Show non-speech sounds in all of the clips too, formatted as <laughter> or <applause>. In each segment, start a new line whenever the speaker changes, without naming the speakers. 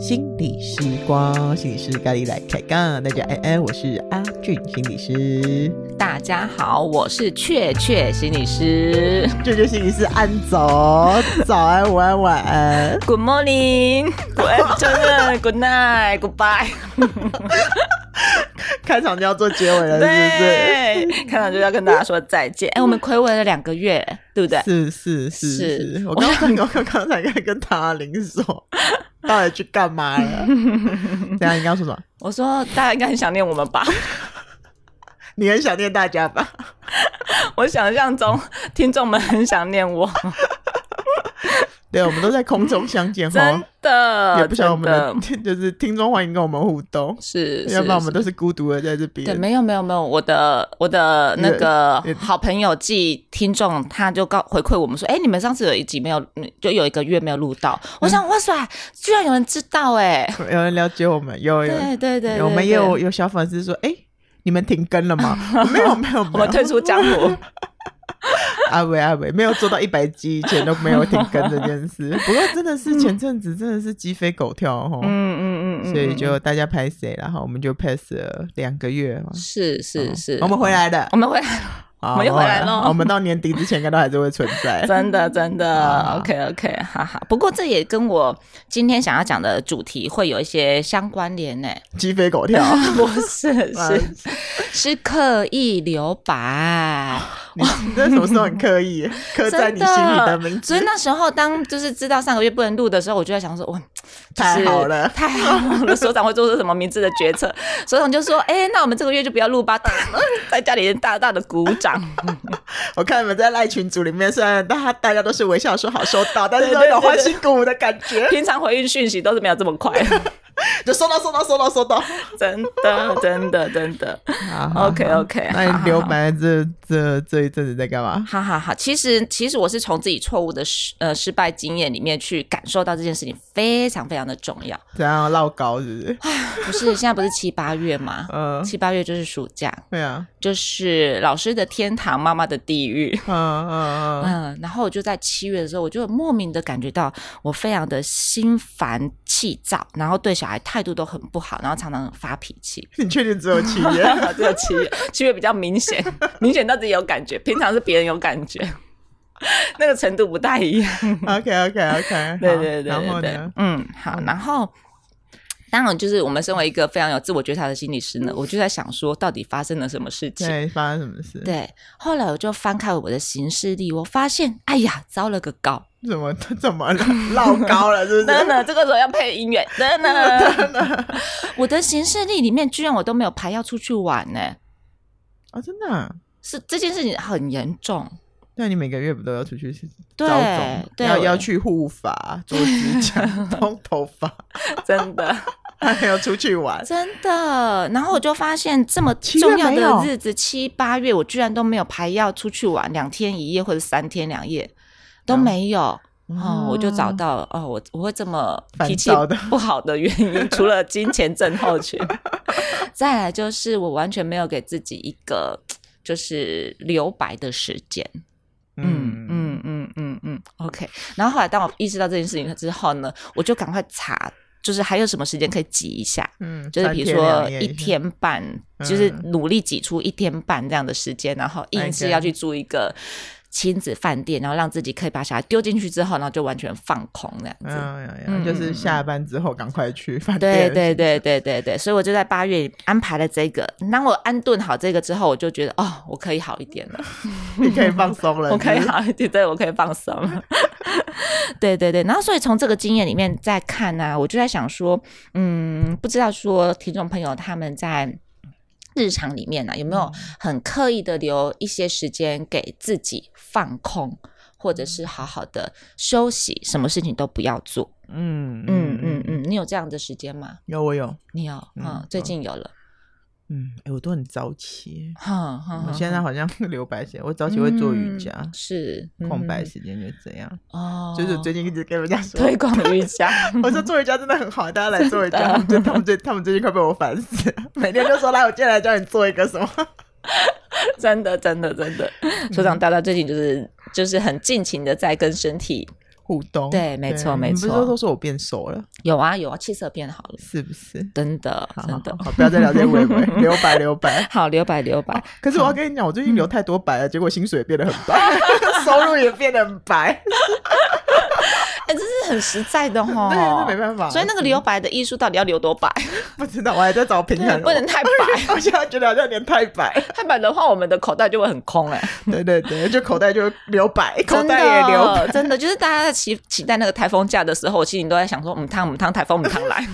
心理时光，心理师咖喱来开杠，大家安安，我是阿俊心理师，
大家好，我是雀雀心理师。
这就心理师安总，早安，午安，晚安，<laughs>
Good morning, good afternoon, good night, goodbye。
开场就要做结尾了，是
对，看到就要跟大家说再见。哎，我们暌违了两个月，对不对？
嗯不是？是是是
是
是，我刚才我刚刚才跟唐玲
<laughs>
说，到底去干嘛了？等一下你刚刚说什么？
我说大家应该很想念我们
<laughs>
吧？
你很想念大家吧？
我想象中听众们很想
<laughs>
念我，
对，我们都在空中相见
真
哈，
的，
也不想我
真
们
的
的 <laughs> 就是听众欢迎跟我们互动，
是，
要不然我们
是
都是孤独的在这边。
对，没有没有没有，我的我的那个
也也
好朋友暨听众，他就告回馈我们说，哎、你们上次有一集没有，嗯就有一个月没有录到，我想，哇塞，居然有人知道哎、
<laughs> 有人了解我们，有有，
对对对，
我们也
对
有有小粉丝说，哎、你们停更了吗？
<laughs>
没有没有
我
没
们退
有，
出江湖，
阿伟阿伟没有做到一百集以前都没有停更这件
<laughs>
事。不过真的是前阵子真的是鸡飞狗跳哦，
<laughs> 嗯嗯嗯嗯，
所以就大家拍谁，然后我们就 pass 了两个月哦。
是是是，
我们回来的
我，们回来，
好啊
<laughs> 我们又回来咯。
我们到年底之前应该都还是会存在 <laughs>
<laughs> 真的真的
好
，OK OK，哈哈。不过这也跟我今天想要讲的主题会有一些相关联呢、
<laughs> 鸡飞狗跳，
不是
嗯
是是刻意留白。
你你这什么时候很刻意刻 <laughs> 在你心里的名
所以
字？
那时候当就是知道上个月不能录的时候，我就在想说，哇，
太好了
就是太好了，所长会做出什么明智的决策？ <laughs> 所长就说，哎、那我们这个月就不要录吧， <laughs> 在家里大大的鼓掌， <laughs>
我看你们在赖群组里面，虽然大家大家都是微笑说好收到，但是都有欢欣鼓舞的感觉，
平常回应讯息都是没有这么快，
<laughs>
<laughs>
就收到收到收到收到。
真的，真的，真的，OK OK，
啊那你留白这这这一阵子在干嘛？
哈哈哈，其实其实我是从自己错误的失呃失败经验里面去感受到这件事情非常非常的重要。
怎样唠高是不 <laughs> 是？
不是现在不是七八月吗？
<laughs> 嗯，
七八月就是暑假，
对啊，
就是老师的天堂，妈妈的地狱。
嗯嗯嗯，
嗯，然后我就在七月的时候，我就莫名的感觉到我非常的心烦气躁，然后对小孩态度都很不好，然后常常发脾气。
<laughs> <laughs> 你确定只有七 <laughs> 月？
只有七月，七月比较明显， <laughs> 明显到自己有感觉，平常是别人有感觉， <laughs> 那个程度不太一样。
<laughs> ？OK OK <laughs> OK，
对对对
然后
对对
呢，？
嗯，好，然后。当然，就是我们身为一个非常有自我觉察的心理师呢，我就在想说，到底发生了什么事情？
对，发生什么事？
对，后来我就翻开我的行事历，我发现，哎呀，糟了个高！
怎么怎么了？唠高了是不
等
是？
等，这个时候要配音乐，等等。 <laughs> 我的行事历里面居然我都没有排要出去玩呢、
<laughs> 哦，真的啊？
是这件事情很严重。
对，你每个月不都要出去
对
招总，
对
要
我
要去护发、做指 <laughs> 甲、弄头发，
真的，
还要出去玩。
<laughs> 真的。然后我就发现这么
七月
重要
没有
的日子，七八月，我居然都没有排要出去玩两天一夜或者三天两夜，都
嗯
没有。哦，我就找
嗯
到哦，我我会这么
烦
脾气
躁的
不好的原
<laughs>
因，除了金钱症候群，再来就是我完全没有给自己一个就是留白的时间。嗯嗯嗯嗯嗯，OK。然后后来当我意识到这件事情之后呢，我就赶快查，就是还有什么时间可以挤一下。
嗯，
就是
三
比如
天
说
两夜
一
下
天半，就是
嗯
努力挤出一天半这样的时间，然后硬是要
OK
去住一个亲子饭店，然后让自己可以把小孩丢进去之后，然后就完全放空那样子。
嗯，呀呀
嗯
就是下班之后赶快去饭
对
店。
对对对对对，所以我就在八月安排了这个。当我安顿好这个之后，我就觉得哦，我可以好一点了。
<laughs> 你可以放松了。
<laughs> 我可以
是不是
好一点，对我可以放松。 <laughs> 对对对，然后所以从这个经验里面再看呢、我就在想说，嗯，不知道说听众朋友他们在日常里面呢、啊有没
嗯
有很刻意的留一些时间给自己放空，或
嗯
者是好好的休息，什么事情都不要做。
嗯
嗯嗯，嗯，你有这样的时间吗？
有我有，
你有，嗯，
嗯
最近有了，
嗯，哎，我都很早起。
哼哼
我
哼
现在
哼
好像留白些，我早起会做瑜
嗯
伽，
是
空白
嗯
时间就这样。
哦，
就是我最近一直跟人家说，
推广瑜伽。
<laughs> 我说做瑜伽真的很好，大家来做瑜伽。他们 <laughs>
<laughs>
最他们最他们最近快被我烦死了，每天就说来，我今天来教你做一个什么。
真的真的真的， <laughs>
嗯
所长大大最近就是就是很尽情的在跟身体
互动。
对没错没
你不
错
是都说我变瘦了，
有啊有啊，气色变好了，
是不是？
真的
好好
真的
好，哦不要再聊这些微微留白留
<laughs>
白。
好留白留白，
可是我要跟你讲，我
嗯
最近留太多白了，结果薪水也变得很
<laughs>
白，收入也变得很白。
哎，这是很实在的哈，
对，那没办法。
哦
嗯
所以那个留白的艺术到底要留多白？
不知道，我还在找平衡。
不能太白，
我现在觉得好像有点太白。
<laughs> 太白的话，我们的口袋就会很空哎、
对对对，就口袋就留白， <laughs> 口
真的
袋也留白。
真的就是大家在期期待那个台风假的时候，我心里都在想说，嗯，汤嗯汤台风嗯汤来。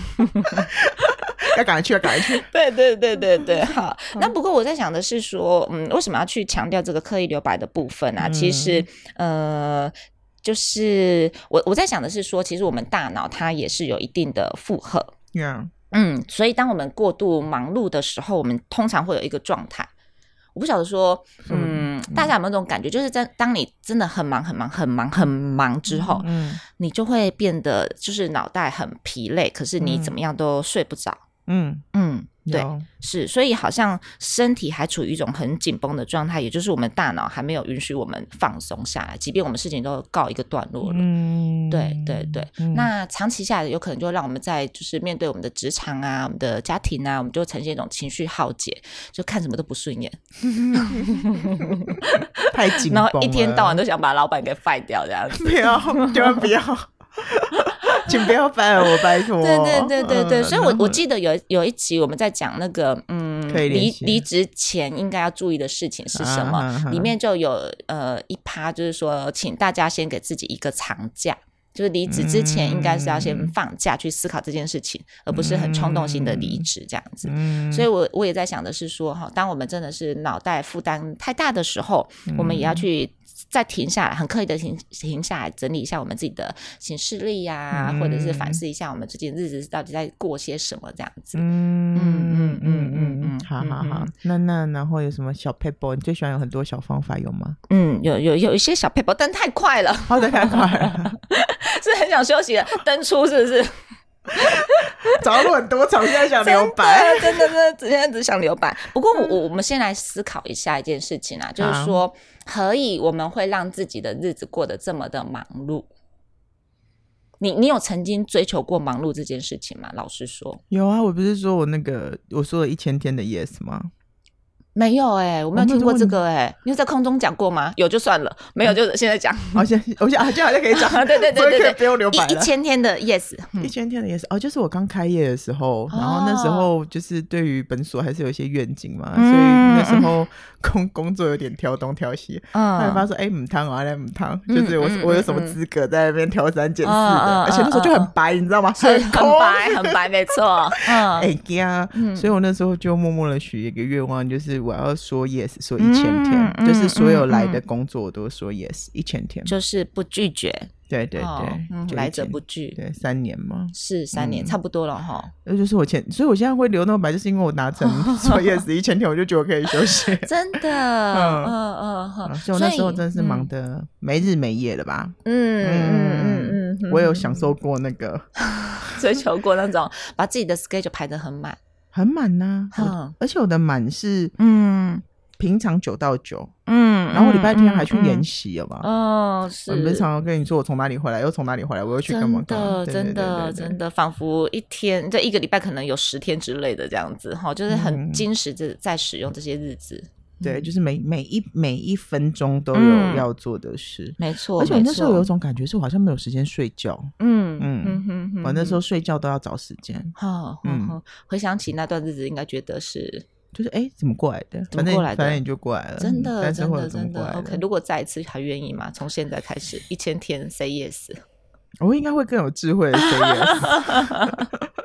要赶快去，要赶快去。
<laughs> 对对对对对， <laughs> 好。那不过我在想的是说，嗯，为什么要去强调这个刻意留白的部分啊？其实，呃。就是我我在想的是说，其实我们大脑它也是有一定的负荷， <laughs>
Yeah，
嗯，所以当我们过度忙碌的时候，我们通常会有一个状态。我不晓得说，嗯，大家有没有这种感觉？就是在当你真的很忙、很忙、很忙、很忙之后，
嗯
你就会变得就是脑袋很疲累，可是你怎么样都睡不着。
嗯，
嗯，对，
有
是，所以好像身体还处于一种很紧绷的状态，也就是我们大脑还没有允许我们放松下来，即便我们事情都告一个段落了。
嗯，
对对对，
嗯
那长期下来有可能就会让我们在就是面对我们的职场啊、我们的家庭啊，我们就会呈现一种情绪耗竭，就看什么都不顺眼，
太紧绷
然
了，
后一天到晚都想把老板给 fire 掉这样子。
不要，千万
<laughs>
不要，请不要掰了我，拜托。
对对对对对，
嗯
所以我我记得有有一集我们在讲那个嗯
可以联
离
系
离职前应该要注意的事情是什么，
啊哈哈
里面就有呃一趴就是说，请大家先给自己一个长假。就是离职之前，应该是要先
嗯
放假去思考这件事情，而不是很冲动性的离职这样子。
嗯
所以我我也在想的是说，哈，当我们真的是脑袋负担太大的时候，我们也
嗯
要去再停下来，很刻意的停停下来，整理一下我们自己的行事历呀、
嗯
或者是反思一下我们最近日子到底在过些什么这样子。
嗯嗯
嗯嗯嗯
嗯
嗯
嗯
嗯
嗯，好好
嗯
好
嗯。
那那然后有什么小 paper？你最喜欢有很多小方法有吗？
嗯，有有有一些小 paper，但太快了， <laughs>
好的，太快了。
是很想休息了，登出是不是？
找了很多场，现在想留白。嗯
白，真的真
<laughs>
的只现在只想留白。不过我我我们先来思考一下一件事情啊，就是
好
说，何以我们会让自己的日子过得这么的忙碌？你你有曾经追求过忙碌这件事情吗？老实说，
有啊，我不是说我那个我说了一千天的 yes 吗？
没有哎、我
我没
没有
有
听过这
这欸嗯
个哎、你有在空中讲过吗？有就算了，没有就现在讲。，
<laughs> 好像我想啊，这样好像可以讲
对对对
所以可
对
以不用留白
一一
了。
千天的 yes，嗯
一千天的也是哦，就是我刚开业的时候，然后那时候就是对于本所还是有一些愿景嘛，
嗯
所以那时候工工作有点挑东挑西，后来
嗯
发现哎母汤啊，来母汤，
嗯
就是我
嗯
我有什么
嗯嗯
资格在那边挑三拣四的，
嗯嗯
而且那时候就很白，你知道吗？
是很
空
白很白，没错，嗯，
<laughs> 哎呀，所以我那时候就默默的许一个愿望，就是我要说 yes，说一千天，
嗯
就是所有来
嗯
的工作我都说 yes，一千天，
就是不拒绝，
对对
哦
对，
嗯
就一
来者
千
不拒，
对三年嘛，
是三
嗯
年，差不多了
<laughs>
哈。
那就是我前，所以我现在会留那么白，就是因为我拿
<laughs>
成说 yes 一千天，我就觉得我可以休息。
真的，嗯嗯嗯，
所以我那时候真的是忙
嗯
得没日没夜的吧，
嗯嗯嗯嗯，
我有享受过那个
<laughs> 追求过那种把自己的 schedule 排得很满，
很满呐、我
嗯
而且我的满是
嗯
平常九到九，
嗯
然后我礼拜天还去研，习了嘛。
哦，是，
我不是常常跟你说我从哪里回来，又从哪里回来，我又去干嘛
真
干嘛？
的，真的，真
的，
的，仿佛一天这一个礼拜可能有十天之类的这样子哈，就是
嗯
很精实的在使用这些日子，
对，就是每每一每一分钟都有
嗯
要做的事。
没错。
而且我那时候有一种感觉，是我好像没有时间睡觉，
嗯嗯嗯，
我那时候睡觉都要找时间。
哈，嗯，回想起那段日子，应该觉得是
就是哎、诶怎么过来的？
怎么
反正
过来的
反正你就过来了，
真的，
但是
真
会
的，
有怎么
真
过
的
来。
OK，如果再一次还愿意吗？从现在开始，一千天 say yes。
我应该会更有智慧的
<laughs>
say yes。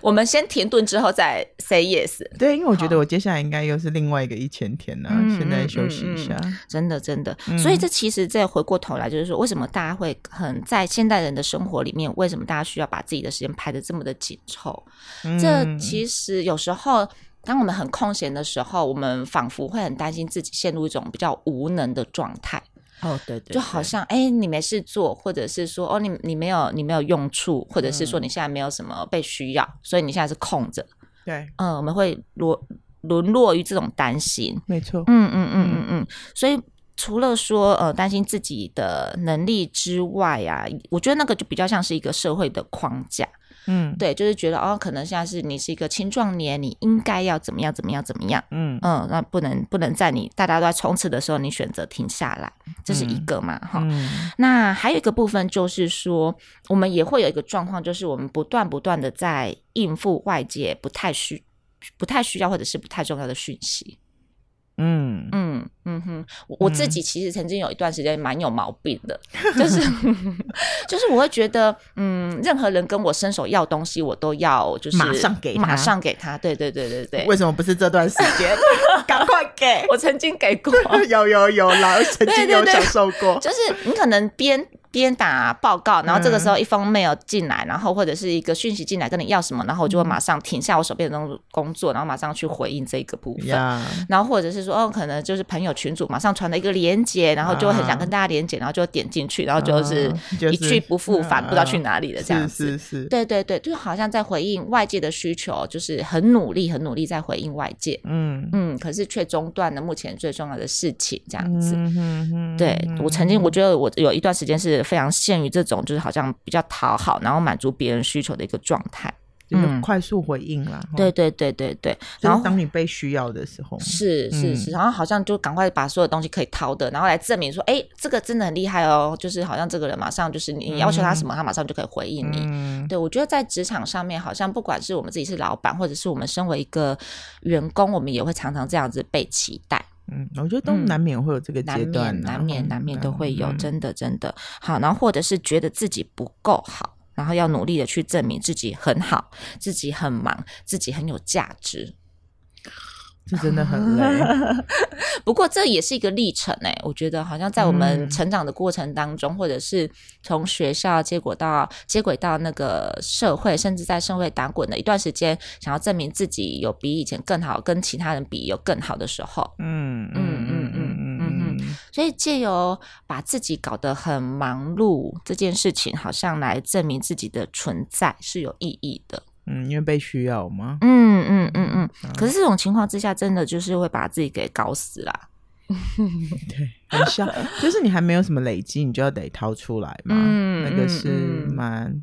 我们先停顿之后再 say yes。
<laughs> 对，因为我觉得我接下来应该又是另外一个一千天呢、啊
嗯
现在休息一下。
真的，真的。所以
嗯
这其实再回过头来，就是说，为什么大家会很在现代人的生活里面，为什么大家需要把自己的时间排得这么的紧凑？
嗯
这其实有时候。当我们很空闲的时候，我们仿佛会很担心自己陷入一种比较无能的状态。
哦，对对
就好像哎、诶你没事做，或者是说哦，你你没有你没有用处，或
嗯
者是说你现在没有什么被需要，所以你现在是空着。
对，
嗯，我们会落沦落于这种担心。
没错，
嗯嗯嗯嗯嗯，所以除了说呃担心自己的能力之外啊，我觉得那个就比较像是一个社会的框架，
嗯，，
对，就是觉得哦，可能现在是你是一个青壮年，你应该要怎么样怎么样怎么样，
嗯
嗯，那不能不能在你大家都在冲刺的时候，你选择停下来，这是一个嘛哈。
嗯
那还有一个部分就是说，我们也会有一个状况，就是我们不断不断的在应付外界不太需、不太需要或者是不太重要的讯息。
嗯，
嗯嗯哼，我我自
嗯
己其实曾经有一段时间蛮有毛病的，就是 <laughs> 就是我会觉得，嗯，任何人跟我伸手要东西，我都要就是
马上给他
马上给他，对对对对对
为。什么不是这段时间？赶快给！
<laughs> 我曾经给过，
有有有啦，曾经有享受过，
就是你可能边边打报
嗯
告，然后这个时候一封 mail 进来，然后或者是一个讯息进来跟你要什么，然后我就会马上停下我手边的工工作，然后马上去回应这个部分。
呀，
然后或者是说，哦，可能就是朋友群组马上传了一个连接，然后就很想跟大家连接，然后就点进去，然后就是
啊就是
一去不复返，
嗯
不知道去哪里了这样
是是
子。
是，
对对对，就好像在回应外界的需求，就是很努力、很努力在回应外界，
嗯，
嗯，可是却中断了目前最重要的事情，这样子。
嗯哼哼
对
哼
我曾经，我觉得我有一段时间是非常陷于这种，就是好像比较讨好，然后满足别人需求的一个状态。
就是
嗯
快速回应啦，吼
对，对对对对，
就
然
是
后
当嗯你被需要的时候，
是是是，然后好像就赶快把所有东西可以掏的，然后来证明说，哎，这个真的很厉害哦，就是好像这个人马上就是你要求他什么，他马上就可以回应你。
嗯，
对，我觉得在职场上面，好像不管是我们自己是老板，或者是我们身为一个员工，我们也会常常这样子被期待，
嗯，我觉得都
嗯
难免会有这个
难
阶段
免
啦，
难免
吼
难免都会有，
嗯
真的真的好，然后或者是觉得自己不够好，然后要努力的去证明自己很好，自己很忙，自己很有价值。
这真的很累，
不过这也是一个历程哎、我觉得好像在我们
嗯
成长的过程当中，或者是从学校接轨到接轨到那个社会，甚至在社会打滚的一段时间，想要证明自己有比以前更好，跟其他人比有更好的时候，
嗯
嗯嗯嗯嗯
嗯
所以借由把自己搞得很忙碌这件事情，好像来证明自己的存在是有意义的。
嗯，因为被需要嘛，
嗯嗯嗯嗯。可是这种情况之下，真的就是会把自己给搞死啦。
很像，就是你还没有什么累积，你就要得掏出来嘛。
嗯
那个是
嗯嗯
蛮，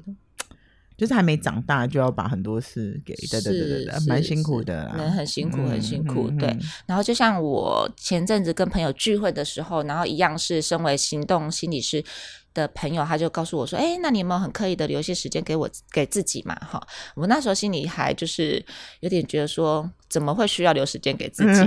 就是还没长大就要把很多事给，对对对对对，
是
蛮
是
辛苦的啦，
嗯很辛苦很辛苦对
嗯
然后就像我前阵子跟朋友聚会的时候，然后一样是身为行动心理师的朋友，他就告诉我说：“哎，那你有没有很刻意的留一些时间给我给自己嘛？”哈，我那时候心里还就是有点觉得说，怎么会需要留时间给自己？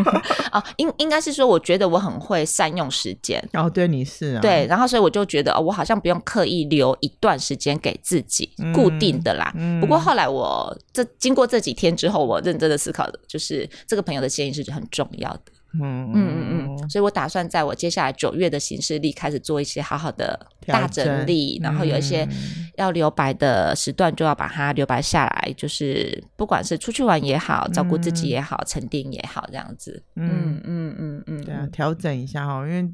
<laughs> 啊，应应该是说，我觉得我很会善用时间。
哦，对，你是啊，
对，，然后所以我就觉得，哦，我好像不用刻意留一段时间给自己固定的啦。
嗯
不过后来我这经过这几天之后，我认真的思考的，就是这个朋友的建议是很重要的。
嗯
嗯嗯嗯，所以我打算在我接下来九月的行事历开始做一些好好的
调
大整理，
整
然后有一些
嗯
要留白的时段就要把它留白下来，就是不管是出去玩也好，照顾自己也好，沉淀也好，这样子。嗯
嗯
嗯嗯嗯，
对啊，调整一下哈，因为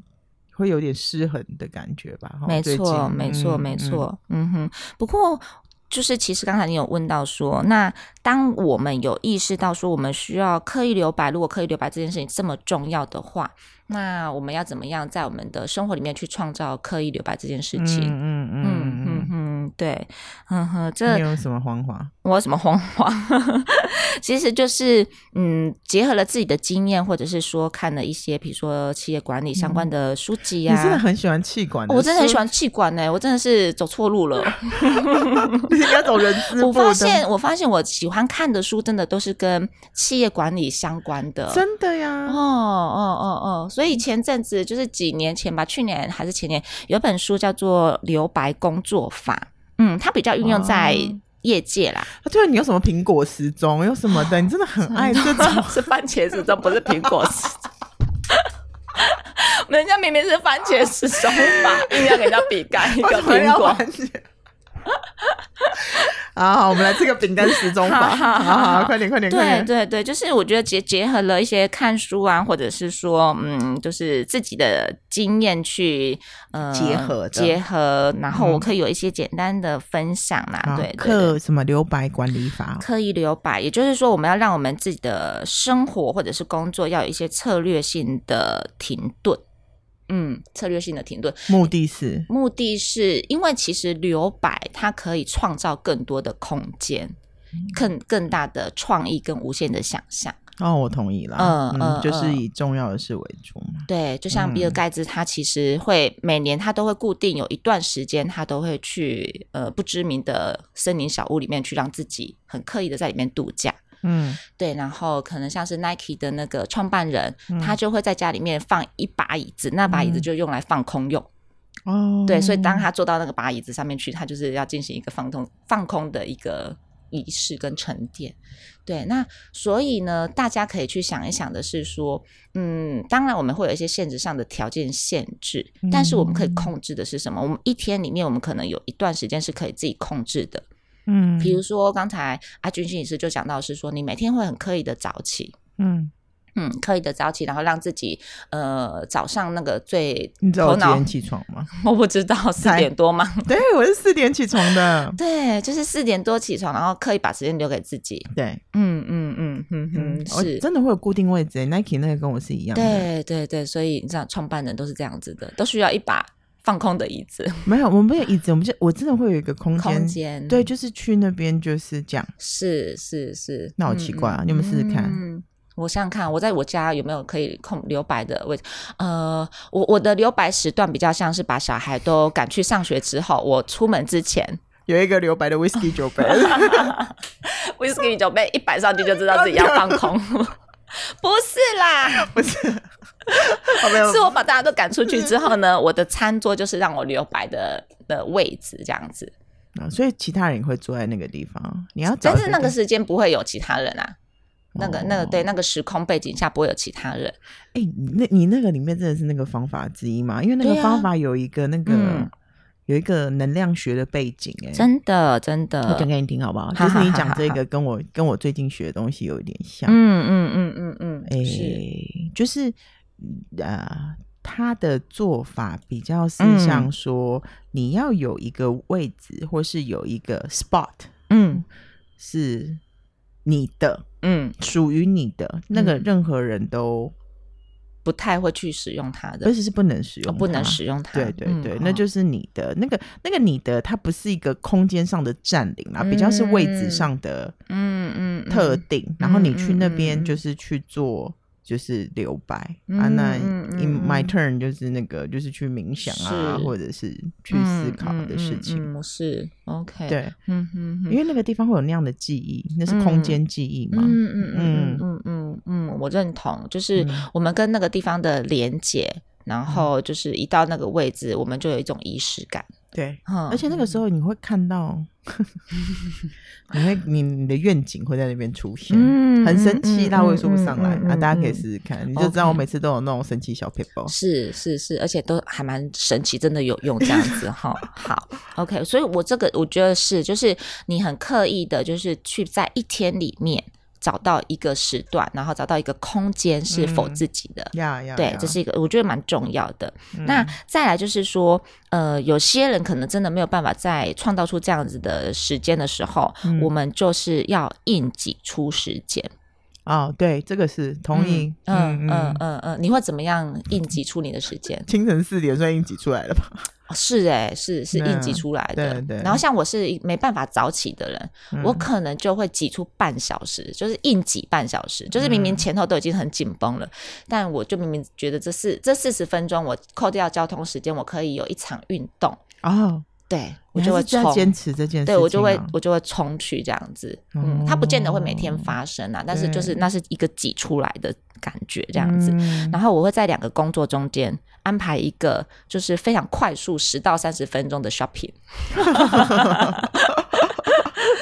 会有点失衡的感觉吧，哈
没
哦最
错，
近
没错，
嗯
没
嗯
错。嗯哼，不过就是其实刚才你有问到说，那当我们有意识到说我们需要刻意留白，如果刻意留白这件事情这么重要的话，那我们要怎么样在我们的生活里面去创造刻意留白这件事情？
嗯嗯
嗯
嗯
嗯
嗯
哼，对，嗯哼，
嗯，
这
你有什么方法？
我有什么慌慌？ <laughs> 其实就是嗯，结合了自己的经验，或者是说看了一些，比如说企业管理相关的书籍
嗯
啊
你
呀、
真的很喜欢气管，
哦我真的很喜
欢，
欢气管欸呢、我真的是走错路 <laughs> 了。 <laughs>
你要走人资
我
部
发
的，
现，我发现我喜欢看的书，真的都是跟企业管理相关的。
真的呀，
哦哦哦哦，所以前阵子就是几年前吧，去年还是前年，有本书叫做《留白工作法》，嗯，它比较运用在
哦
业界啦，
啊，对，你有什么苹果时钟，有什么的，你真的很爱这
<laughs>
种。
<laughs> 是番茄时钟，不是苹果时 <laughs> 钟。人家明明是番茄时钟法，硬要给人家比干一
为
个 <laughs>
什么
苹
要
果
番。茄？啊，好，我们来这个饼干时钟法，
好好好
好
好
快点，快点，快
对
点。
对对，就是我觉得结结合了一些看书啊，或者是说，嗯，就是自己的经验去呃
结合的
结合，然后我
嗯
可以有一些简单的分享啦、
好
对对对
刻什么留白管理法？
刻意留白，也就是说，我们要让我们自己的生活或者是工作要有一些策略性的停顿。嗯，策略性的停顿，
目的是
目的是因为其实留白它可以创造更多的空间，
嗯
更更大的创意跟无限的想象。
哦，我同意啦。
嗯嗯
就是
嗯
以重要的事为主嘛。
对，就像比尔
嗯
盖茨，他其实会每年他都会固定有一段时间，他都会去呃不知名的森林小屋里面去，让自己很刻意的在里面度假。
嗯，
对，然后可能像是 Nike 的那个创办人，
嗯
他就会在家里面放一把椅子，那把椅子
嗯
就用来放空用。
哦，
对，所以当他坐到那个把椅子上面去，他就是要进行一个放空放空的一个仪式跟沉淀。对，那所以呢，大家可以去想一想的是说，嗯，当然我们会有一些限制上的条件限制，但是我们可以
嗯
控制的是什么？我们一天里面，我们可能有一段时间是可以自己控制的。
嗯，
比如说刚才阿军心理师就讲到是说，你每天会很刻意的早起。
嗯，
嗯，刻意的早起，然后让自己呃早上那个最
你知道我
头
几
脑
点起床吗？
我不知道四
才
点多吗？。
对，我是四点起床的
<laughs> 对，就是四点多起床，然后刻意把时间留给自己。
对，
嗯嗯嗯嗯
嗯
嗯，，
我
是。
真的会有固定位置欸。Nike 那个跟我是一样的。
对对对，所以你知道，创办人都是这样子的，都需要一把放空的椅子、
没有，我们没有椅子，我们就我真的会有一个空间。
空间。
对，，就是去那边就是这样。
是是是。
那好奇怪啊你有没有试试看
嗯，我想想看，我在我家有没有可以空留白的位置？呃，我我的留白时段比较像是把小孩都赶去上学之后，我出门之
<laughs>
前
有一个留白的 whisky
<laughs>
酒杯，
，whisky 酒杯一摆上去就知道自己要放
<laughs>
空。不是啦，
不是？哦没有
是我把大家都赶出去之后
<laughs>
呢，我的餐桌就是让我留白的的位置这样子，
啊所以其他人也会坐在那个地方。你要找一，
但是那个时间不会有其他人啊。那个、那个，
哦
对，那个时空背景下不会有其他人。
哎、你那你那个里面真的是那个方法之一吗？因为那个
对啊
方法有一个那个、
嗯
有一个能量学的背景、哎，
真的，真
我讲
的。
给你听好不好？
好
就是你
好
讲
好
这
好
个跟我跟我最近学的东西有一点像，
嗯嗯嗯嗯
哎、
嗯，是，
就是呃，他的做法比较是
嗯
像说、你要有一个位置，或是有一个 spot
嗯
是你的，
嗯，
属于你的，那个
嗯
任何人都
不太会去使用它的
而，且是不能使
哦
用它、
不能使用它。
对对
嗯
对，
哦
那就是你的那个那个你的，它不是一个空间上的占领啦，比较是位置上的
嗯嗯嗯
特定。然后你去那
嗯
边
嗯嗯
就是去做就是留白、
嗯
啊，那
嗯嗯
in my
嗯
turn 就是那个就是去冥想啊，
是
或者是去思考的事情。
嗯嗯嗯嗯是 OK。，
对，
嗯嗯嗯
因。为那个地方会有那样的记忆，那是空间记忆嘛。
嗯
嗯
嗯嗯嗯嗯嗯，我认同，就是
嗯
我们跟那个地方的连接，然后就是一到那个位置，我们就有一种仪式感。
对，
嗯，
而且那个时候你会看
<laughs>
到，你会你你的愿景会在那边出现，
嗯
很神奇啦，
嗯嗯
我也说不上来
嗯嗯嗯
啊，大家可以
嗯
试试看，你就知道我每次都有那种神奇小 paper。
是是是，而且都还蛮神奇，真的有用这样子 <laughs> 哈。好，OK，所以我这个我觉得是，就是你很刻意的，就是去在一天里面找到一个时段，然后找到一个空间是否
嗯
自己的。
呀呀，
对
呀，
这是一个我觉得蛮重要的。
嗯
那再来就是说，呃，有些人可能真的没有办法在创造出这样子的时间的时候，
嗯
我们就是要硬挤出时间。
哦，对，这个是同意，？
嗯嗯，嗯嗯，你会怎么样硬挤出你的时间
清晨四点算硬挤出来了吧？
哦是哎、是是硬挤出来的。
嗯对对
然后像我是没办法早起的人，
嗯
我可能就会挤出半小时，就是硬挤半小时，就是明明
嗯
前头都已经很紧绷了，但我就明明觉得这四这四十分钟我扣掉交通时间，我可以有一场运动。
哦，
对，我
你
就
还
会
是在
冲，
坚持这件事情啊，
对我就会我就会冲去这样子，嗯，它不见得会每天
哦
发生啊，但是
对
就是那是一个挤出来的感觉这样子。
嗯
然后我会在两个工作中间安排一个就是非常快速十到三十分钟的 shopping，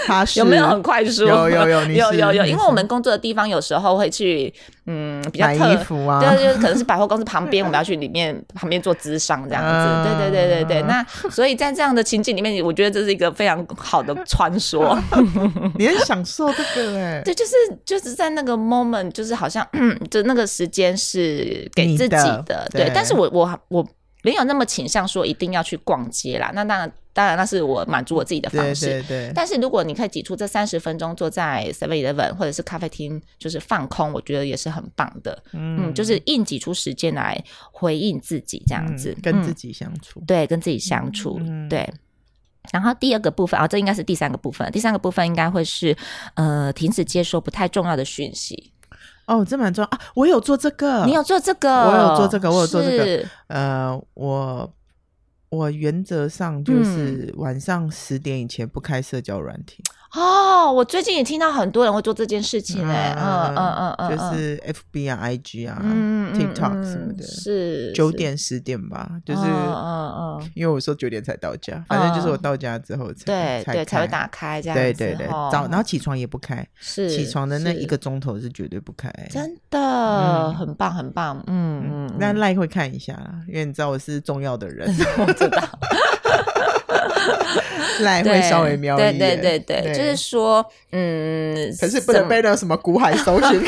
他是
有没有很快速？ <laughs>
有有有你
有
是
有有，
你
因为
是
我们工作的地方有时候会去，嗯，比较
买
特
衣服啊
<laughs> 对，就是可能是百货公司旁边，我们要去里面旁边做咨商这样
啊
子。对对对对
嗯
对，那所以在这样的情境里面，我觉得这是一个非常好的穿
<laughs>
梭。
你很享受这个哎、
<laughs> 对，就是就是在那个 moment，就是好像 <clears throat> 就那个时间是给自己
你
的，
的
对。
对
但是我我我没有那么倾向说一定要去逛街啦。那当然当然那是我满足我自己的方
对
式。
对对，
但是如果你可以挤出这三十分钟坐在 Seven Eleven 或者是咖啡厅，就是放空，我觉得也是很棒的。嗯，就是硬挤出时间来回应自己这样子，
嗯跟自
嗯
己相处，
对跟自己相处，
嗯
对。然后第二个部分啊、这应该是第三个部分。第三个部分应该会是，呃，停止接收不太重要的讯息。
哦，这蛮重要啊！我有做这个，
你有做这个？
我有做这个我有做这个
是
呃，我我原则上
嗯
就是晚上十点以前不开社交软体，
哦，我最近也听到很多人会做这件事情哎、嗯嗯嗯嗯，
啊就
嗯
是 FB 啊、IG 啊、
嗯嗯
TikTok
嗯
什么的，
是
九
是
点十点吧，就是
嗯嗯嗯，
因为我说九点才到家，反正就是我
嗯
到家之后才
对对，才会
开
打开这样子。
对对对，
吼
早然后起床也不开，
是
起床的那
是
一个钟头是绝对不开。
真的、
嗯
很棒，很棒，嗯嗯，
那赖会看一下啦，因为你知道我是重要的人，
<laughs> 我知道，
<laughs> 赖会
对
稍微瞄一
对
眼。
对对对，就是说，嗯，
可是不能
怎
被那什么古海搜
<laughs>
寻，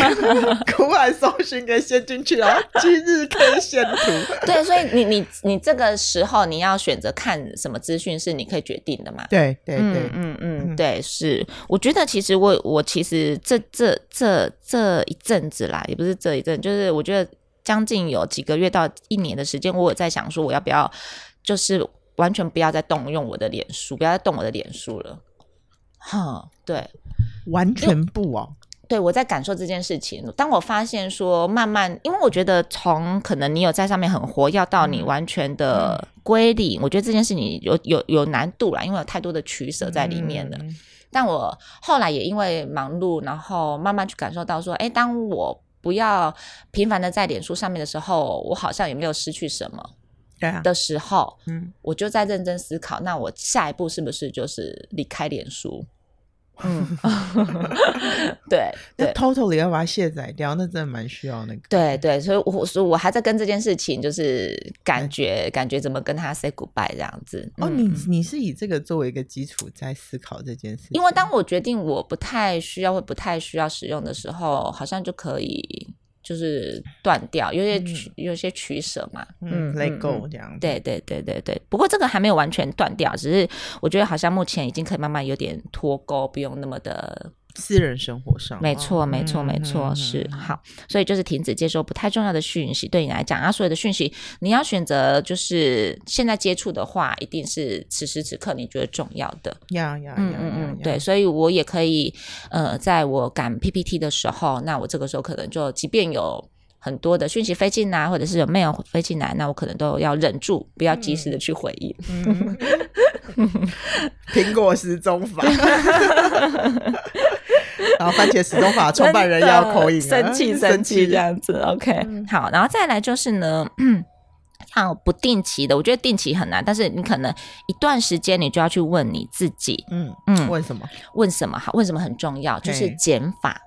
古海搜寻给陷进去，然后今日 K 线图。 <laughs>
对，所以你你你这个时候你要选择看什么资讯是你可以决定的嘛？
对对对
嗯，嗯
嗯
嗯，对，是，我觉得其实我我其实这这这这一阵子啦，也不是这一阵，就是我觉得将近有几个月到一年的时间，我有在想说我要不要，就是完全不要再动用我的脸书，不要再动我的脸书了。哼，对，
完全不哦，
对我在感受这件事情。当我发现说，慢慢，因为我觉得从可能你有在上面很活跃到你完全的归零，我觉得这件事情有有有难度啦，因为有太多的取舍在里面了。
嗯
但我后来也因为忙碌，然后慢慢去感受到说，哎，当我不要频繁的在脸书上面的时候，我好像也没有失去什么
对啊，
的时候，
嗯，
我就在认真思考，那我下一步是不是就是离开脸书？嗯， <laughs> 对
那
对
totally 要把它卸载掉，那真的蛮需要那个。
对对，所以我所以我还在跟这件事情，就是感觉感觉怎么跟他 say goodbye 这样子。
嗯哦，
嗯
你
嗯
你是以这个作为一个基础在思考这件事情，
因为当我决定我不太需要或不太需要使用的时候，好像就可以就是断掉，有些取、有些取舍嘛。
嗯
嗯
，let。
嗯
go
嗯
这样，，
对对对对对，不过这个还没有完全断掉，只是我觉得好像目前已经可以慢慢有点脱钩，不用那么的。
私人生活上，
没错，没错，
嗯
没错，是。好，所以就是停止接收不太重要的讯息，对你来讲，啊，所有的讯息你要选择，就是现在接触的话，一定是此时此刻你觉得重要的。
呀哎呀呀
嗯嗯
呀
嗯，，对，所以我也可以，呃，在我赶 PPT 的时候，那我这个时候可能就，即便有很多的讯息飞进来，或者是有 mail 飞进来，那我可能都要忍住，不要及时的去回应。
嗯 <laughs> 苹果时钟法，然后番茄时钟法创办人要口音，
真的生气
生嗯
气这样子。OK，、好，然后再来就是呢。 <clears throat> 要不定期的，我觉得定期很难，但是你可能一段时间你就要去问你自己，
嗯嗯，
嗯
问什么？
问什么好，问什么很重要，就是
对
减法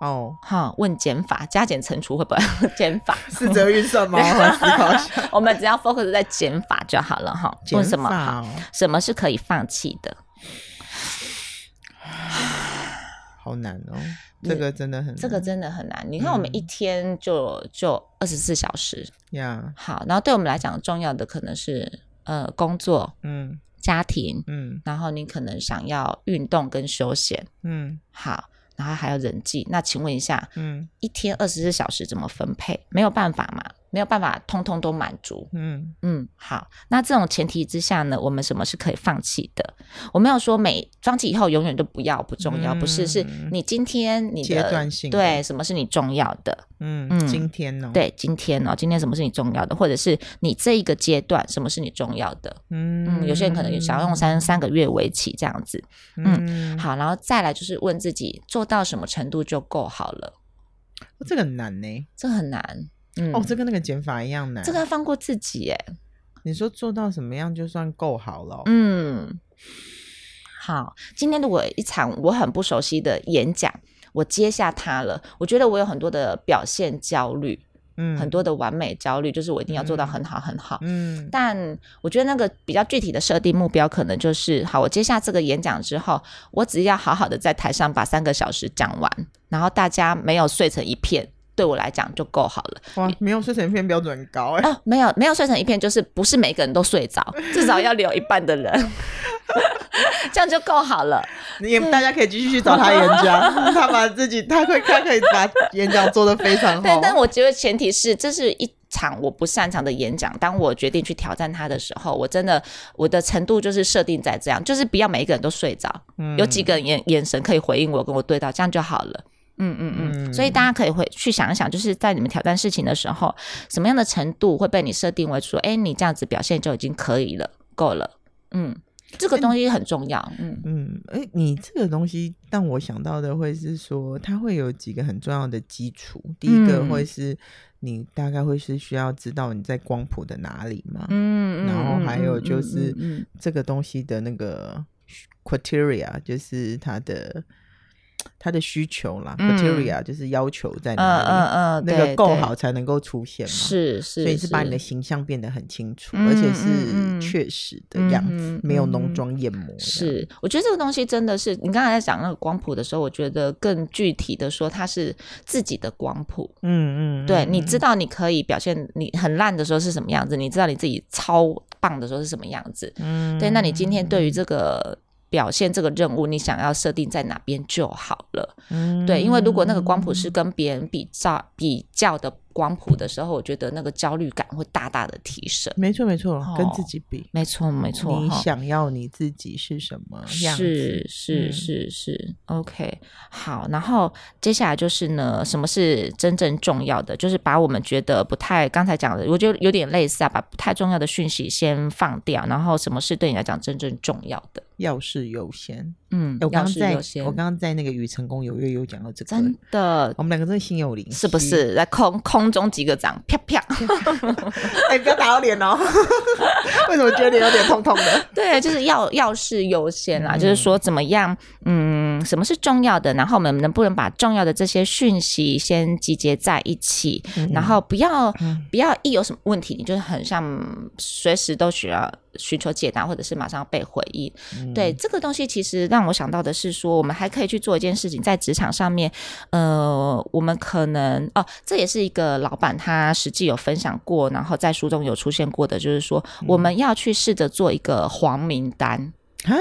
哦，
哈，问减法，加减乘除会不会 <laughs> 减法？
四则运算
<laughs>
吗？我思考一下。
我们只要 focus 在减法就好了哈。问什么
减
好？
法哦
什么是可以放弃的？
好难哦，这个真的很
这个真的很难。你看，
嗯
我们一天就、就二十四小时，
呀，
好，然后对我们来讲重要的可能是呃工作、
嗯
家庭，
嗯
然后你可能想要运动跟休闲，
嗯
好，然后还有人际。那请问一下，
嗯
一天二十四小时怎么分配？没有办法嘛，没有办法通通都满足。
嗯
嗯，好。那这种前提之下呢，我们什么是可以放弃的？我没有说每放弃以后永远都不要不重要，不是，是
嗯
你今天你的
阶段性的
对什么是你重要的？
嗯，
嗯
今天哦，，
对，今天哦，今天什么是你重要的，或者是你这一个阶段什么是你重要的？
嗯
嗯，有些人可能想要用三三个月为期这样子。
嗯，
好，然后再来就是问自己做到什么程度就够好了，
哦这个很难呢，
这很难。嗯，
哦，这跟那个减法一样难。
这个要放过自己哎。
你说做到什么样就算够好了哦，
嗯，好，今天如果有一场我很不熟悉的演讲，我接下它了，我觉得我有很多的表现焦虑，
嗯，
很多的完美焦虑，就是我一定要做到很好很好。
嗯
但我觉得那个比较具体的设定目标，可能就是好，我接下这个演讲之后，我只要好好的在台上把三个小时讲完，然后大家没有睡成一片，对我来讲就够好了。
哇，没有睡前片标准很高哎、
哦，没有没有睡成一片，就是不是每个人都睡着，至少要留一半的人， <laughs> 这样就够好了。
你也大家可以继续去找他演
<laughs>
讲，他把自己他会他可以把演讲做得非常
对
好，，哦
但我觉得前提是这是一。场我不擅长的演讲，当我决定去挑战它的时候，我真的我的程度就是设定在这样，就是不要每一个人都睡着，
嗯
有几个人眼眼神可以回应我，跟我对到，这样就好了。嗯嗯嗯，
嗯
所以大家可以回去想一想，就是在你们挑战事情的时候，什么样的程度会被你设定为说，哎、你这样子表现就已经可以了，够了。嗯，这个东西很重要。嗯，
嗯，哎、你这个东西让我想到的会是说，它会有几个很重要的基础。第一个
嗯
会是你大概会是需要知道你在光谱的哪里嘛，
嗯
然后还有就是
嗯
这个东西的那个 criteria，就是它的它的需求啦、
嗯
c r i t e r i a 就是要求在
嗯嗯
哪里，
嗯，
那
对
个够
对
好才能够出现嘛。
是
所
是，
以是把你的形象变得很清楚，
嗯
而且
嗯嗯
是确实的样子，
嗯嗯
没有
嗯
浓
嗯
妆艳抹这样。
是，我觉得这个东西真的是，你刚才在讲那个光谱的时候，我觉得更具体的说，它是自己的光谱。
嗯，嗯嗯，
对，你知
道，
道你可以表现你很烂的时候是什么样子，你知道你自己超棒的时候是什么样子。
嗯
对，那你今天对于这个表现这个任务，你想要设定在哪边就好了。
嗯
对，因为如果那个光谱是跟别人比较比较的光谱的时候，我觉得那个焦虑感会大大的提升。
没错没错
哦，
跟自己比，
没错，没错，
你
哈
想要你自己是什么样子？
是是
嗯
是是、o k 好。然后接下来就是呢，什么是真正重要的？就是把我们觉得不太刚才讲的，我觉得有点类似啊，把不太重要的讯息先放掉，然后什么是对你来讲真正重要的？
要事优先。
嗯
哎，我
要
刚刚
是
在
优先，
我刚刚在那个与成功有约有讲到这个，
真的
我们两个真的心有灵
是不
犀？
是在空空中几个掌，啪啪？ <laughs>
哎，不要打我脸哦！ <laughs> 为什么觉得脸有点痛痛的？
对，就是要要事优先啦，
嗯
就是说怎么样，嗯，什么是重要的，然后我们能不能把重要的这些讯息先集结在一起，嗯
嗯
然后不要、不要一有什么问题，你就是很像随时都需要寻求解答，或者是马上被回应。
嗯
对这个东西，其实让我想到的是说，我们还可以去做一件事情，在职场上面，呃，我们可能哦，这也是一个老板他实际有分享过，然后在书中有出现过的，就是说我们要去试着做一个黄名单，
啊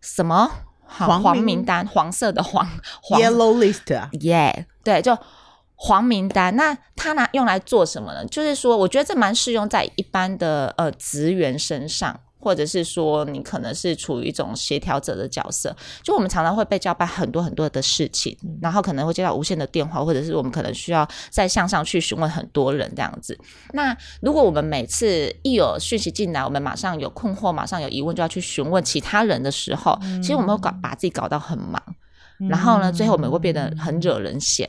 什么好
黄名
黄名单，黄色的黄黄
，Yellow List 啊，
耶对，就黄名单。那它拿用来做什么呢？就是说，我觉得这蛮适用在一般的呃职员身上。或者是说，你可能是处于一种协调者的角色，就我们常常会被交办很多很多的事情，然后可能会接到无限的电话，或者是我们可能需要在向上去询问很多人这样子。那如果我们每次一有讯息进来，我们马上有困惑，马上有疑问就要去询问其他人的时候，其实我们会搞把自己搞到很忙，然后呢，最后我们会变得很惹人嫌，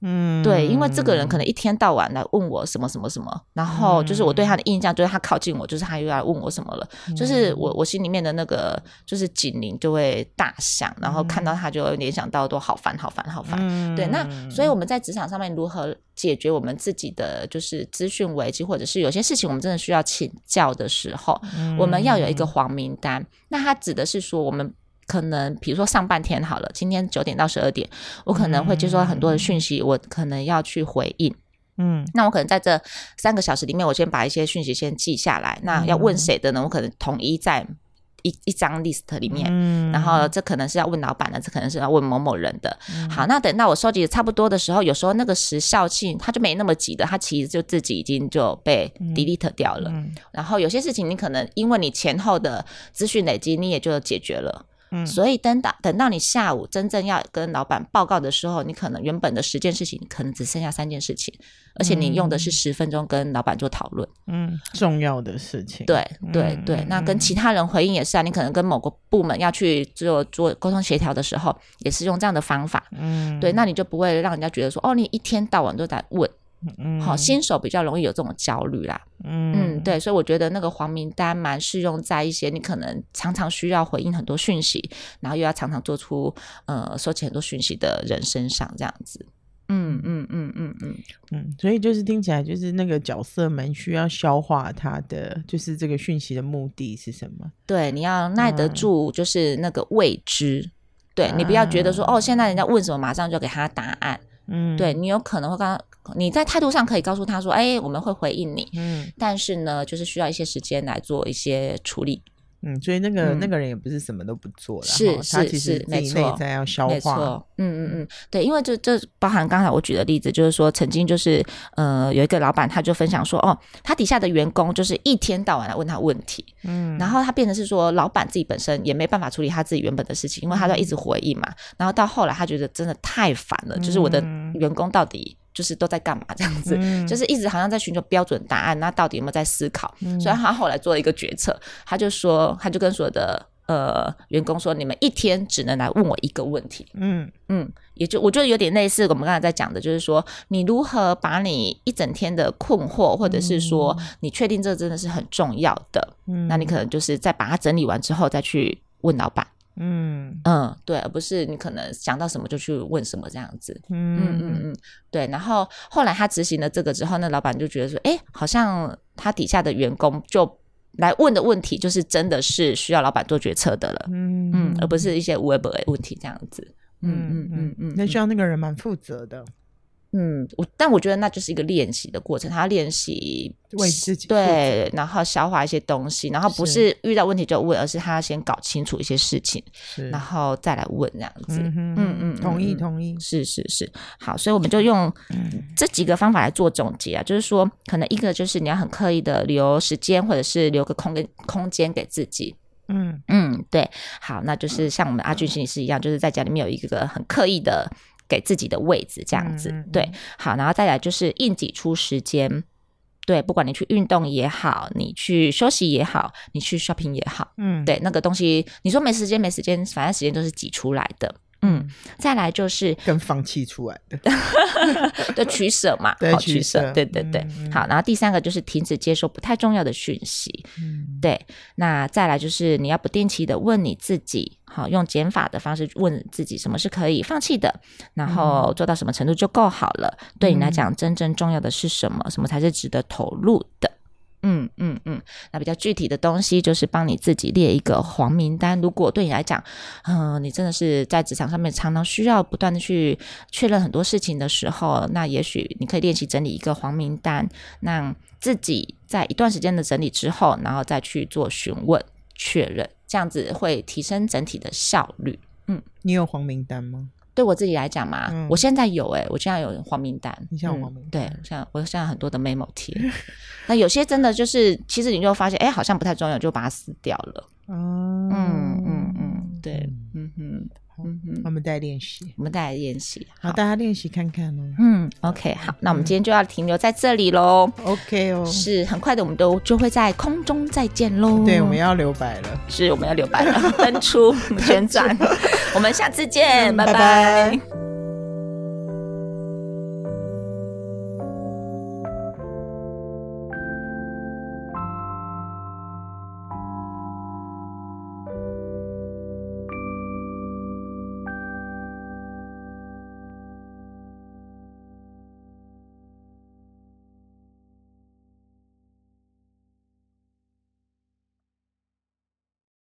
嗯，
对，因为这个人可能一天到晚来问我什么什么什么，然后就是我对他的印象就是他靠近我，就是他又要来问我什么了，
嗯
就是我我心里面的那个就是警铃就会大响，然后看到他就会联想到都好烦好烦好烦，
嗯
对，那所以我们在职场上面如何解决我们自己的就是资讯危机，或者是有些事情我们真的需要请教的时候，
嗯
我们要有一个黄名单。那它指的是说我们。可能比如说上半天好了，今天九点到十二点，我可能会接收到很多的讯息，我可能要去回应。
嗯
那我可能在这三个小时里面，我先把一些讯息先记下来。那要问谁的呢？我可能统一在一一张 list 里面。
嗯
然后这可能是要问老板的，这可能是要问某某人的。好，那等到我收集的差不多的时候，有时候那个时效性它就没那么急的，它其实就自己已经就被 delete 掉了。
嗯
然后有些事情你可能因为你前后的资讯累积，你也就解决了。
嗯
所以等到等到你下午真正要跟老板报告的时候，你可能原本的十件事情，可能只剩下三件事情，而且你用的是十分钟跟老板做讨论。
嗯重要的事情，
对对
嗯
对，那跟其他人回应也是啊，你可能跟某个部门要去做做沟通协调的时候，也是用这样的方法。
嗯，
对，那你就不会让人家觉得说，哦，你一天到晚都在问，
嗯，
好、新手比较容易有这种焦虑啦。嗯，
嗯，
对，所以我觉得那个黄名单蛮适用在一些你可能常常需要回应很多讯息，然后又要常常做出呃收集很多讯息的人身上这样子。嗯嗯嗯嗯嗯，
嗯，所以就是听起来就是那个角色们需要消化他的，就是这个讯息的目的是什么？
对，你要耐得
嗯
住，就是那个未知。对你不要觉得说、哦，现在人家问什么，马上就给他答案。
嗯，
对，你有可能会告你在态度上可以告诉他说，哎，我们会回应你，
嗯
但是呢，就是需要一些时间来做一些处理。
嗯，所以那个、
嗯
那个人也不是什么都不做的，
是
哈他
是
其实
是
自
没
己
错
内在要消
没
化，
错，嗯嗯嗯，对，因为这这包含刚才我举的例子，就是说曾经就是呃有一个老板他就分享说，哦，他底下的员工就是一天到晚来问他问题，
嗯，
然后他变成是说老板自己本身也没办法处理他自己原本的事情，因为他都一
嗯
直回应嘛，然后到后来他觉得真的太烦了，就是我的
嗯
员工到底就是都在干嘛这样子，
嗯
<laughs> 就是一直好像在寻求标准答案，那到底有没有在思考？
嗯
所以他后来做了一个决策，他就说，他就跟所有的呃员工说，你们一天只能来问我一个问题。
嗯
嗯，也就我觉得有点类似我们刚才在讲的，就是说你如何把你一整天的困惑，或者是说你确定这真的是很重要的，
嗯，
那你可能就是再把它整理完之后再去问老板。
嗯
嗯，对，而不是你可能想到什么就去问什么这样子。嗯
嗯
嗯嗯，对。然后后来他执行了这个之后，那老板就觉得说，哎，好像他底下的员工就来问的问题，就是真的是需要老板做决策的了，
嗯
嗯，而不是一些无微不微问题这样子。嗯嗯嗯嗯，
那需要那个人蛮负责的，
嗯，我但我觉得那就是一个练习的过程，他练习
为自己负责
对，然后消化一些东西，然后不
是
是遇到问题就问，而是他要先搞清楚一些事情，
是
然后再来问这样子。
嗯哼
嗯嗯
同意
嗯嗯
同意，
是是是，好，所以我们就用
嗯
这几个方法来做总结啊，就是说，可能一个就是你要很刻意的留时间，或者是留个空给空间给自己。
嗯
嗯，对，好，那就是像我们阿俊心理师一样，就是在家里面有一个很刻意的给自己的位置这样子。
嗯嗯嗯
对，好，然后再来就是硬挤出时间。对，不管你去运动也好，你去休息也好，你去 shopping 也好，
嗯，
对那个东西，你说没时间没时间，反正时间都是挤出来的。嗯，再
<laughs>
来就是
跟放弃出来的，
对取舍嘛，
对
好
取
取
舍
对对对，
嗯嗯
好，然后第三个就是停止接受不太重要的讯息，
嗯
对，那再来就是你要不定期的问你自己，好，用减法的方式问自己什么是可以放弃的，然后做到什么程度就够好了，对你来讲真正重要的是什么，什么才是值得投入的。嗯嗯嗯，那比较具体的东西就是帮你自己列一个黄名单。如果对你来讲，嗯、你真的是在职场上面常常需要不断的去确认很多事情的时候，那也许你可以练习整理一个黄名单，让自己在一段时间的整理之后，然后再去做询问确认，这样子会提升整体的效率。
你有黄名单吗？
对我自己来讲嘛，
嗯
我现在有诶、我现在有黄名单，嗯
你现在有黄名单
对，像我现在很多的 memo 贴，那有些真的就是，其实你就发现，哎、好像不太重要，就把它撕掉了。
啊，
嗯嗯嗯，对，嗯哼，嗯哼，
我们再练习，
我们再来练习。
好，
好，
大家练习看看哦。
嗯，OK，好，那我们今天就要停留在这里喽。
OK 哦，
嗯是很快的，我们都就会在空中再见喽。
对，我们要留白了。
是我们要留白了，登出嗯旋转。我们下次见，拜
嗯拜
拜
拜。